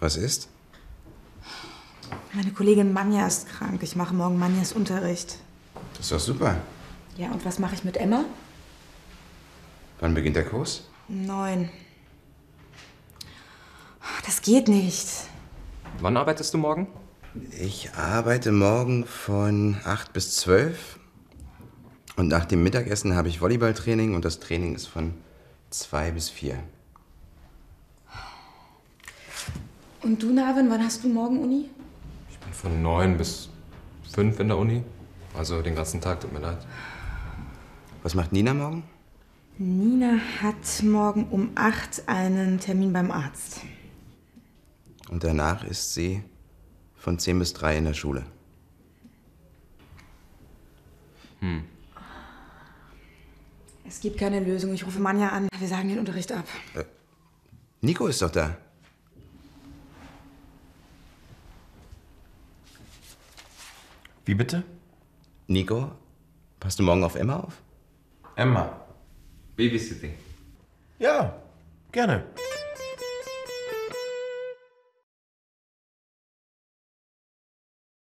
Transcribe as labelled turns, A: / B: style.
A: Was ist?
B: Meine Kollegin Manja ist krank. Ich mache morgen Manjas Unterricht.
A: Das ist doch super.
B: Ja, und was mache ich mit Emma?
A: Wann beginnt der Kurs?
B: Neun. Das geht nicht.
C: Wann arbeitest du morgen?
A: Ich arbeite morgen von 8 bis 12. Und nach dem Mittagessen habe ich Volleyballtraining und das Training ist von 2 bis 4.
B: Und du, Navin, wann hast du morgen Uni?
C: Ich bin von 9 bis 5 in der Uni. Also den ganzen Tag, tut mir leid.
A: Was macht Nina morgen?
B: Nina hat morgen um 8 einen Termin beim Arzt.
A: Und danach ist sie von 10 bis 3 in der Schule.
C: Hm.
B: Es gibt keine Lösung. Ich rufe Manja an. Wir sagen den Unterricht ab.
A: Äh, Nico ist doch da.
D: Wie bitte?
A: Nico, passt du morgen auf Emma auf?
D: Emma.
E: Babysitting.
D: Ja, gerne.